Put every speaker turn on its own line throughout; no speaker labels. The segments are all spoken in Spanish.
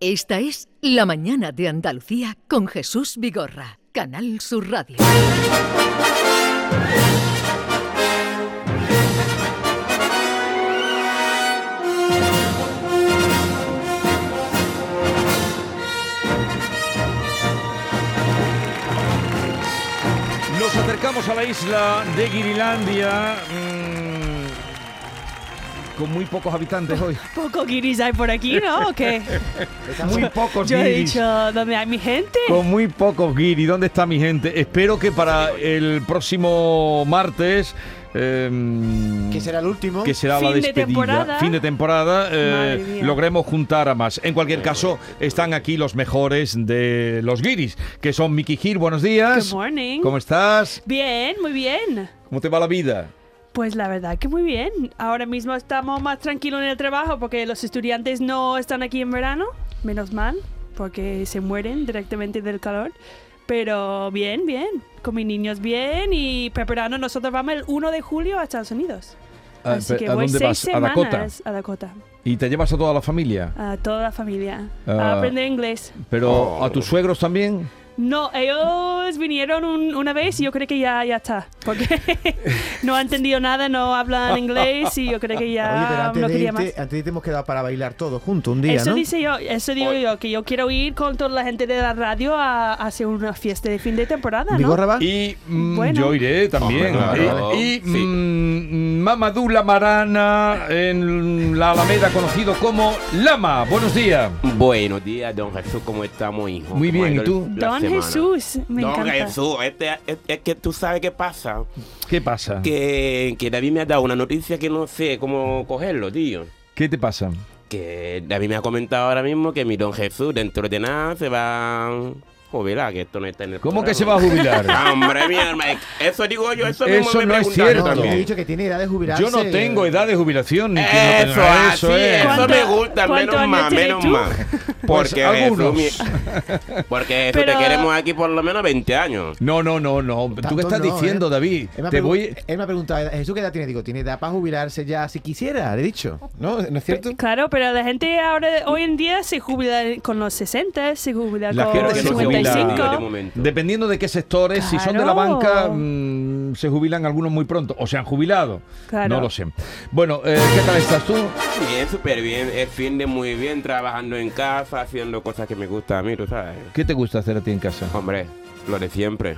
Esta es La Mañana de Andalucía con Jesús Vigorra, Canal Sur Radio.
Nos acercamos a la isla de Guirilandia. mm, Con muy pocos habitantes hoy.
Poco guiris hay por aquí, ¿no? ¿O qué?
Muy pocos
Yo he
guiris.
dicho, ¿dónde hay mi gente?
Con muy pocos guiri. ¿Dónde está mi gente? Espero que para el próximo martes. em,
Mm. Que será el último.
que será la
Fin de
despedida,
temporada.
fin de temporada, eh,
Madre mía.
logremos juntar a más. En cualquier caso, están aquí los mejores de los guiris, que son Miki Gil, buenos días.
Good morning.
¿Cómo estás?
Bien, muy bien.
¿Cómo te va la vida?
Pues la verdad que muy bien. Ahora mismo estamos más tranquilos en el trabajo porque los estudiantes no están aquí en verano, menos mal, porque se mueren directamente del calor. Pero bien, bien. Con mis niños bien y preparando. Nosotros vamos el 1 de julio a Estados Unidos.
Ah,
Así
pe-
que
¿a
voy
dónde
seis
vas? ¿A
semanas
Dakota?
a Dakota.
¿Y te llevas a toda la familia?
A toda la familia.
Ah.
A aprender inglés.
¿Pero
Oh.
a tus suegros también?
No, ellos vinieron un- una vez y yo creo que ya, ya está. Porque no han entendido nada, no hablan inglés y yo creo que
Oye, pero
ya
antes,
no
de
quería
irte,
más.
antes de irte hemos quedado para bailar todos juntos un día,
Eso
¿no?
dice yo, eso digo yo, que yo quiero ir con toda la gente de la radio a, a hacer una fiesta de fin de temporada, ¿no?
Vigorra va.
Y mm,
Bueno.
yo iré también.
Hombre, claro.
Y, y,
Sí.
mm, Mamadou La Marana en la Alameda, conocido como Lama. Buenos días.
Buenos días, don Jesús, ¿cómo estamos, hijo?
Muy
¿Cómo ha
bien,
ido
¿y tú?
la
Don
semana?
Jesús, me
don
encanta.
Jesús, este- es, es que tú sabes qué pasa.
¿Qué pasa? ¿Qué,
Que, que David me ha dado una noticia que no sé cómo cogerlo, tío.
te pasa?
Que David me ha comentado ahora mismo que mi don Jesús dentro de nada se va a jubilar, que esto no está en el
¿Cómo que se va a
programa. Ah,
jubilar?
Hombre, mi alma, eso digo yo, eso,
Eso
mismo me
no es
preguntaron
cierto.
No, yo he
también.
dicho que tiene edad de jubilarse.
Yo no tengo edad de jubilación. Ni que no tenga- eh.
Eso, ah, eso, así es. eso
¿Cuánto-
me gusta,
cuántos
menos
años
más,
tienes
menos
tú?
más.
Pues
Porque
algunos.
Jesús, mi- porque Jesús,
Pero-
te queremos aquí por lo menos 20 años.
No, no, no, no. ¿Tú qué
Tanto
estás
no,
diciendo,
¿eh?
David?
Él me, ha
Te
pregun-
voy...
él me ha preguntado, ¿Jesús qué edad tiene? Digo, tiene edad para jubilarse ya si quisiera, le he dicho. ¿No? ¿No es cierto?
Claro, pero la gente ahora, hoy en día se jubila con los 60, se jubila
La
con
gente
Pero que
se
no se jubila
55.
en este momento.
Dependiendo de qué sectores, si son de la
Claro.
banca, mm, se jubilan algunos muy pronto o se han jubilado.
Claro.
No lo sé. Bueno, eh, ¿qué tal estás tú?
Bien, súper bien. Es fin de muy bien, trabajando en casa, haciendo cosas que me gustan a mí, tú sabes.
¿Qué te gusta hacer a ti en casa?
Hombre, lo de siempre.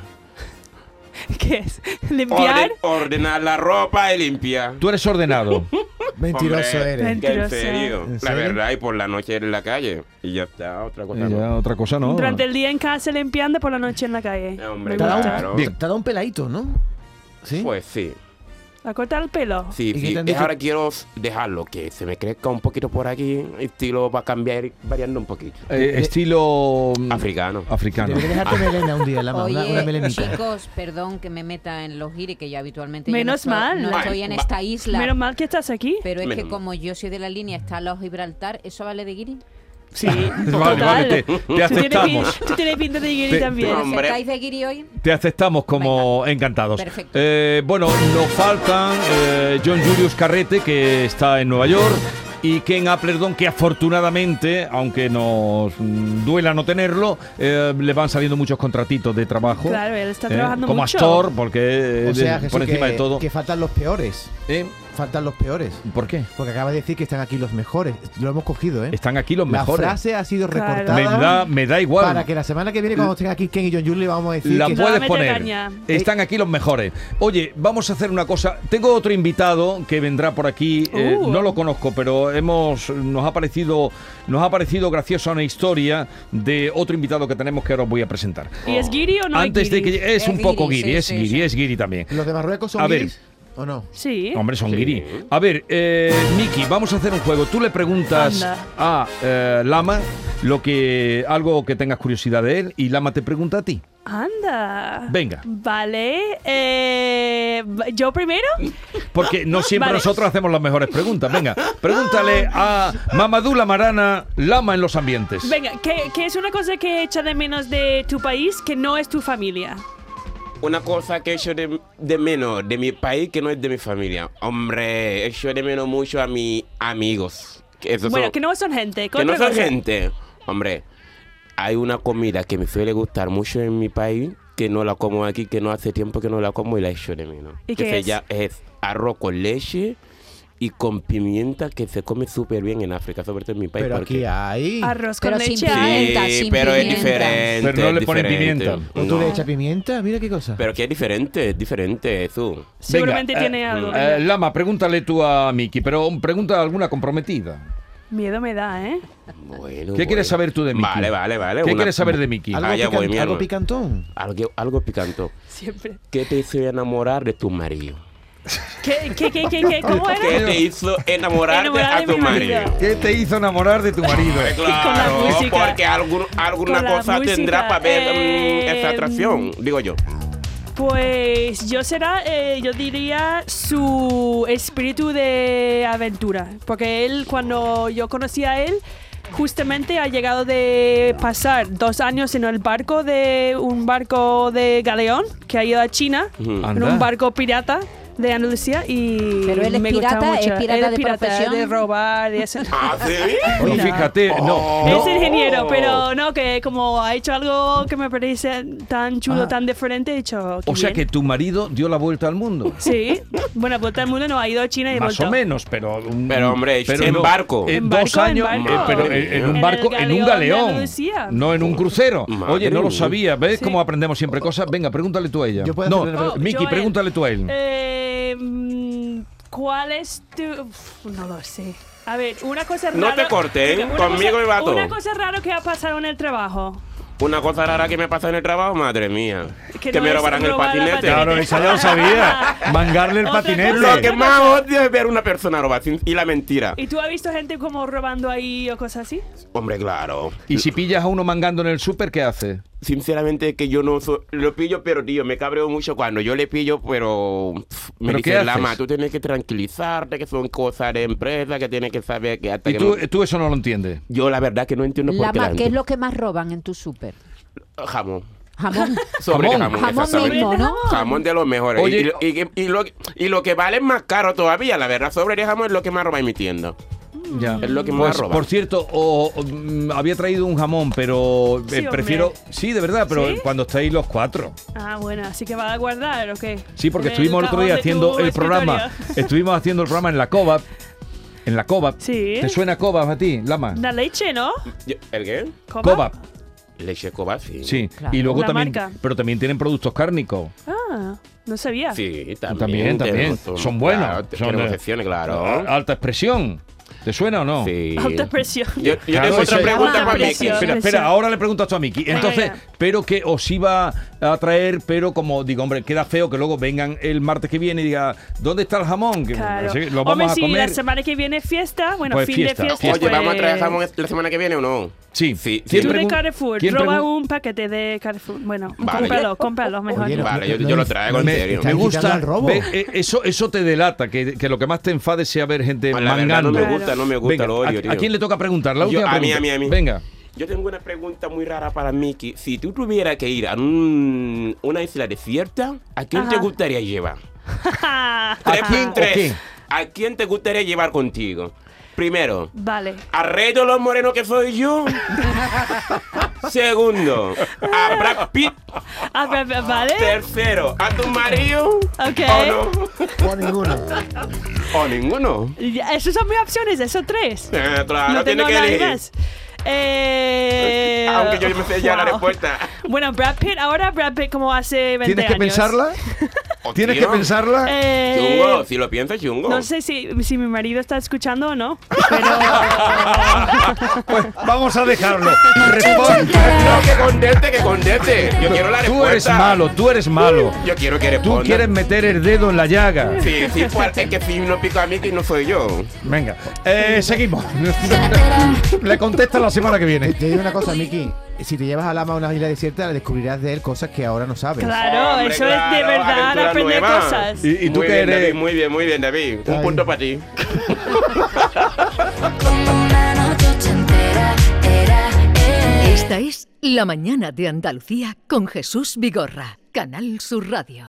¿Qué es? ¿Limpiar?
Orden- ordenar la ropa y limpiar.
Tú eres ordenado.
Mentiroso
Hombre,
eres.
Ven-
que en
Mentiroso.
serio,
¿En
la
serio?
verdad, y por la noche en la calle. Y ya está, otra cosa.
Y Eh, ya
no.
otra cosa no.
Durante el día en casa limpiando, por la noche en la calle.
Eh, hombre,
Te ha dado un-
claro.
te ha dado un peladito, ¿no? ¿Sí?
Pues sí,
¿A cortar el pelo?
sí,
¿Y qué
sí.
tendrías que-
ahora quiero dejarlo, que se me crezca un poquito por aquí, estilo va a cambiar, variando un poquito.
Eh, estilo mm,
Africano.
africano.
Debería dejarte melena un día, Lama, una, una
Oye,
melenita.
chicos, perdón que me meta en los gires, que yo habitualmente yo
Menos
no, estoy-
mal.
no estoy en
Ay,
esta isla.
Menos mal que estás aquí.
Pero es
Menos
que
mal.
como yo soy de la línea, está los Gibraltar, ¿eso vale de guiri?
Sí,
Vale, vale, te, te
Tú tienes, pin-
aceptamos.
tú tienes pinta de
Te-
guiri también.
No, hombre.
¿Estáis de guiri hoy?
Te aceptamos como encantados.
perfecto.
Eh, bueno, nos faltan eh, John Julius Carrete, que está en Nueva York, y Ken Applerdon, que afortunadamente, aunque nos mm, duela no tenerlo, eh, le van saliendo muchos contratitos de trabajo. eh,
Claro, él está trabajando
como
mucho.
actor, porque eh,
O sea,
de-
Jesús,
por encima
que,
de todo.
que faltan los peores.
¿Eh?
Faltan los peores.
¿Por qué?
Porque acaba de decir que están aquí los mejores. Lo hemos cogido, ¿eh?
Están aquí los
la
mejores.
frase ha sido
Claro.
recortada.
me, da, me da igual.
Para que la semana que viene, cuando estén aquí Ken y John Julie, vamos a decir
La
que
puedo-
puedes
Solamente
poner. Eh,
caña.
Están aquí los mejores. Oye, vamos a hacer una cosa. Tengo otro invitado que vendrá por aquí. eh,
Uh.
no lo conozco, pero hemos nos ha parecido nos ha parecido graciosa una historia de otro invitado que tenemos que ahora os voy a presentar.
¿Y es guiri o no
Antes
es
de
guiri?
que es
Es
un poco
guiri,
guiri,
sí,
es
sí,
guiri,
sí.
es guiri también.
los de Marruecos son
A ver.
guiris, ¿o no?
Pues,
¿Eh? Sí.
Hombre, son
Sí.
guiri. A ver, eh, Miki, vamos a hacer un juego. Tú le preguntas
Anda.
a eh, Lama lo que algo que tengas curiosidad de él y Lama te pregunta a ti.
Anda.
Venga.
Vale. eh, ¿Yo primero?
Porque no siempre
Vale.
nosotros hacemos las mejores preguntas. Venga, pregúntale a Mamadula Marana, lama en los ambientes.
Venga, que, que es una cosa que echa de menos de tu país que no es tu familia.
Una cosa que echo de, de menos de mi país que no es de mi familia. Hombre, echo de menos mucho a mis amigos. Que esos
bueno,
son-
que no son gente.
que no
otra
son
cosa.
gente. Hombre, hay una comida que me suele gustar mucho en mi país que no la como aquí, que no hace tiempo que no la como y la echo de menos.
¿Y
que
qué
se
es?
llama- es arroz con leche y con pimienta que se come súper bien en África, sobre todo en mi país.
Pero aquí
porque-
hay.
Arroz con
Pero
leche.
sin
ay.
pimienta,
Sí,
sin
pero es
pimienta.
diferente.
Pero no
es
le ponen
diferente.
pimienta.
¿O Pues tú
No,
le echas pimienta? Mira qué cosa.
Pero que es diferente, es diferente eso.
Seguramente
Venga,
tiene
eh,
algo.
eh,
venga.
Lama, pregúntale tú a Miki, pero pregunta alguna comprometida.
Miedo me da, ¿eh?
Bueno,
¿Qué
bueno.
quieres saber tú de Miki?
Vale, vale, vale.
¿Qué
una-
quieres saber de Miki?
Ah,
Algo,
ya
pican-
voy, mi
algo
alma.
picantón.
Algo, algo picante.
Siempre.
¿Qué te hizo enamorar de tu marido?
¿Qué, qué, qué, qué, qué? ¿Cómo
¿Qué
era?
te hizo enamorarte
Enamorar
a
de
tu
mi marido.
marido?
¿Qué te hizo enamorar de tu marido?
Pues
Con la
Claro,
música.
porque algún- alguna
Con la
cosa tendrá
música,
para ver mm,
eh,
esa atracción, digo yo.
Pues yo será, eh, yo diría, su espíritu de aventura. Porque él, cuando yo conocí a él, justamente ha llegado de pasar dos años en el barco de un barco de galeón que ha ido a China,
Ujú.
en
Anda.
un barco pirata de Andalucía y
Pero él es
me gustaba
pirata, es
mucho.
pirata
Él es
de profesión.
de robar y eso.
¿Ah, sí?
No,
Mira.
fíjate, no.
Es
no.
ingeniero, pero no, que como ha hecho algo que me parece tan chulo,
Ah.
tan diferente, he dicho. "Qué
O sea
bien".
que tu marido dio la vuelta al mundo.
Sí, bueno, vuelta al mundo no ha ido a China y ha
Más
vuelto.
o menos, pero. un-
Pero, hombre, en
no,
barco.
eh,
En
dos
barco, en
años, eh,
barco.
pero en, en
En
un
el
barco, en un
galeón de
galeón.
Andalucía.
No en un crucero.
Madre
Oye, no lo
mía.
sabía, ¿ves
Sí.
cómo aprendemos siempre cosas? Venga, pregúntale tú a ella.
Yo puedo
no,
hacerle una-
Oh,
Miki,
yo a él.
pregúntale tú a él.
Eh, mm, ¿Cuál es tu.? Uf, no lo sé. A ver, una cosa
No
rara.
te corte, ¿eh?
Venga, una
Conmigo
cosa-
y va todo.
Una cosa rara que ha pasado en el trabajo.
Una cosa rara que me pasó en el trabajo, madre mía. Que,
no
me
es
robaran el
robar la
patinete.
patineta.
Claro, esa ya lo sabía. Mangarle el
Otra
patinete.
cosa.
Lo que más odio es ver a una persona robar sin- y la mentira.
¿Y tú has visto gente como robando ahí o cosas así?
Hombre, claro.
Y si pillas a uno mangando en el súper, ¿qué hace?
Sinceramente que yo no so- lo pillo, pero tío, me cabreo mucho cuando yo le pillo, pero pf, me
¿Pero qué
dice
haces?
Lama, tú tienes que tranquilizarte, que son cosas de empresa, que tienes que saber que hasta
Y
que
tú,
no-
tú eso no lo entiendes.
Yo la verdad que no entiendo por qué la
Lama, ¿qué es
gente-
lo que más roban en tu súper?
Jamón.
Jamón.
Sobre
Jamón.
jamón,
Jamón
exactamente.
mismo, ¿no?
Jamón de los mejores.
Oye-
y, y- y- y lo, y lo que vale es más caro todavía, la verdad. Sobre de jamón es lo que más roba en mi tienda.
Mm.
Ya.
Es lo que me
Pues,
va a robar.
Por cierto, o- o, mm, había traído un jamón, pero eh,
Sí,
prefiero.
hombre.
Sí, de verdad, pero
¿Sí?
cuando estáis los cuatro.
Ah, bueno, así que va a guardar o qué.
Sí, porque
En
estuvimos el otro
cajón
día
de tu
haciendo el programa.
escritorio.
Estuvimos haciendo el programa en la COVAP. En la COVAP.
Sí.
¿Te suena COVAP a ti, Lama?
La leche, ¿no?
Yo- ¿El qué?
¿Coma?
COVAP,
Leche coba, sí.
sí.
Claro.
Y luego
La
también.
marca.
Pero también tienen productos cárnicos.
Ah, no sabía.
Sí,
Ah. También,
también.
también.
tenemos-
Son buenos.
Claro,
Son
tenemos
de-
excepciones, claro.
A- Alta expresión. ¿Te suena o no?
Sí.
Alta presión.
Yo, yo
Claro,
tengo otra
ese-
pregunta
Alta
para Miki.
presión.
Espera, espera, ahora le preguntas tú a Miki. Entonces,
Ah, venga.
pero que os iba a traer, pero como digo, hombre, queda feo que luego vengan el martes que viene y diga, ¿dónde está el jamón? Que
Claro.
así lo
Hombre,
vamos
si
a comer.
la semana que viene fiesta, bueno,
Pues
fin
fiesta,
de fiesta.
Oye,
pues-
¿vamos a traer jamón la semana que viene o no?
Sí.
Sí,
¿Quién
sí.
Tú de
pregun-
Carrefour,
quién
roba
pregun-
un paquete de Carrefour. Bueno,
Vale,
cómpralo,
yo-
cómpralo mejor.
Oye, no-
Vale, yo,
no-
yo
no-
lo traigo en
me-
serio.
Están
Me gusta.
quitando el robo.
ve, eh, eso, eso te delata, que, que lo que más te enfade sea ver gente
Ah, Pues La verdad
mangando.
no me
Claro.
gusta, no me gusta,
Venga,
lo odio,
¿a, a
tío.
quién le toca preguntar? La
Yo-
última
a mí,
pregunta.
a mí, a mí.
Venga.
Yo tengo una pregunta muy rara para Miki. Si tú tuvieras que ir a un- una isla desierta, ¿a quién te
Ajá.
gustaría llevar?
¿A
Tres,
quién?
tres.
¿O quién?
¿A quién te gustaría llevar contigo? Primero,
Vale.
a Rey de los Morenos que soy yo. Segundo, a Brad Pitt.
Ah, va- va- vale.
Tercero, a tu marido.
Ok.
¿O no?
O ninguno.
¿O ninguno?
Ya, Esas son mis opciones, esos tres.
Eh, claro,
No
tiene
tengo
que
nada
elegir.
más. Eh,
Aunque yo me sé ya la
wow.
respuesta.
Bueno, Brad Pitt, ahora Brad Pitt como hace 20
¿Tienes que
años.
pensarla?
Oh,
¿Tienes que
tío.
pensarla?
Eh,
Chungo, si lo piensas, chungo.
no sé si, si mi marido está escuchando o no.
Pues vamos a dejarlo. Responde.
No, que conteste, que conteste. Yo quiero la respuesta.
Tú eres malo, tú eres malo.
Yo quiero que
Tú
responda.
quieres meter el dedo en la llaga.
Sí, sí, pues, es que si no pico a mí, que no soy yo.
Venga, eh, seguimos. Le contesta la semana que
Te,
viene.
te digo una cosa, Miki. Si te llevas a Lama a una isla desierta, le descubrirás de él cosas que ahora no sabes.
Claro,
Hombre,
eso es de
claro,
verdad
aventura
aprender
nueva.
cosas.
¿Y, y tú
muy
que
bien, David,
eres?
muy bien, muy bien, David. Un
Ay.
punto para ti.
Como una noche ochentera, era, eh.
Esta es La Mañana de Andalucía con Jesús Vigorra, Canal Sur Radio.